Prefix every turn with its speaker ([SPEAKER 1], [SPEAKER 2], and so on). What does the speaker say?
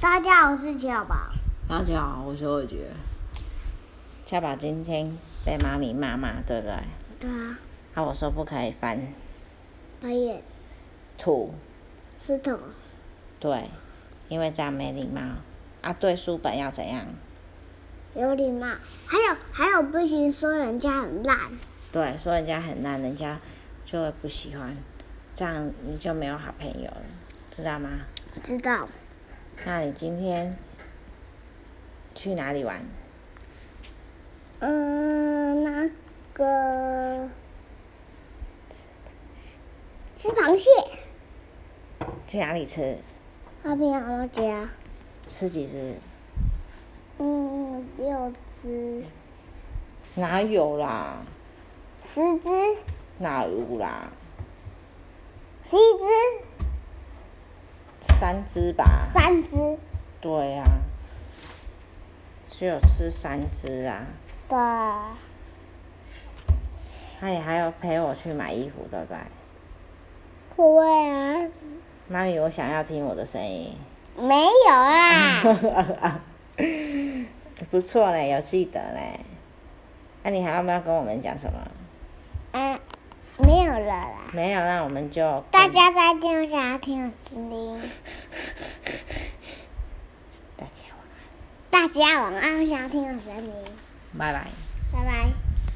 [SPEAKER 1] 大家好，我是七宝宝。
[SPEAKER 2] 大家好，我是慧觉。
[SPEAKER 3] 恰宝今天被妈咪骂骂，对不对？
[SPEAKER 1] 对啊，
[SPEAKER 3] 啊，我说不可以翻
[SPEAKER 1] 白眼
[SPEAKER 3] 土，
[SPEAKER 1] 石头
[SPEAKER 3] 对，因为这样没礼貌。啊，对书本要怎样？
[SPEAKER 1] 有礼貌，还有还有不行说人家很烂。
[SPEAKER 3] 对，说人家很烂，人家就会不喜欢，这样你就没有好朋友了，知道吗？
[SPEAKER 1] 知道
[SPEAKER 3] 那你今天去哪里玩？
[SPEAKER 1] 嗯，那个吃螃蟹，
[SPEAKER 3] 去哪里吃？
[SPEAKER 1] 那边阿妈家，
[SPEAKER 3] 吃几只？
[SPEAKER 1] 嗯，六只，
[SPEAKER 3] 哪有啦？
[SPEAKER 1] 十只，
[SPEAKER 3] 哪有啦？
[SPEAKER 1] 十一只，
[SPEAKER 3] 三只吧。
[SPEAKER 1] 三只，
[SPEAKER 3] 对呀、啊，只有吃三只啊。
[SPEAKER 1] 对，
[SPEAKER 3] 那你还要陪我去买衣服，对不对？
[SPEAKER 1] 不会啊，
[SPEAKER 3] 妈咪，我想要听我的声音。
[SPEAKER 1] 没有啊，
[SPEAKER 3] 不错嘞，有记得嘞。那、你还要不要跟我们讲什么？
[SPEAKER 1] 嗯，没有了啦。
[SPEAKER 3] 没有，那我们就
[SPEAKER 1] 大家再见，我想要听我声音。
[SPEAKER 3] 大家晚安，
[SPEAKER 1] 大家晚安，我想要听我声音。
[SPEAKER 3] 拜拜。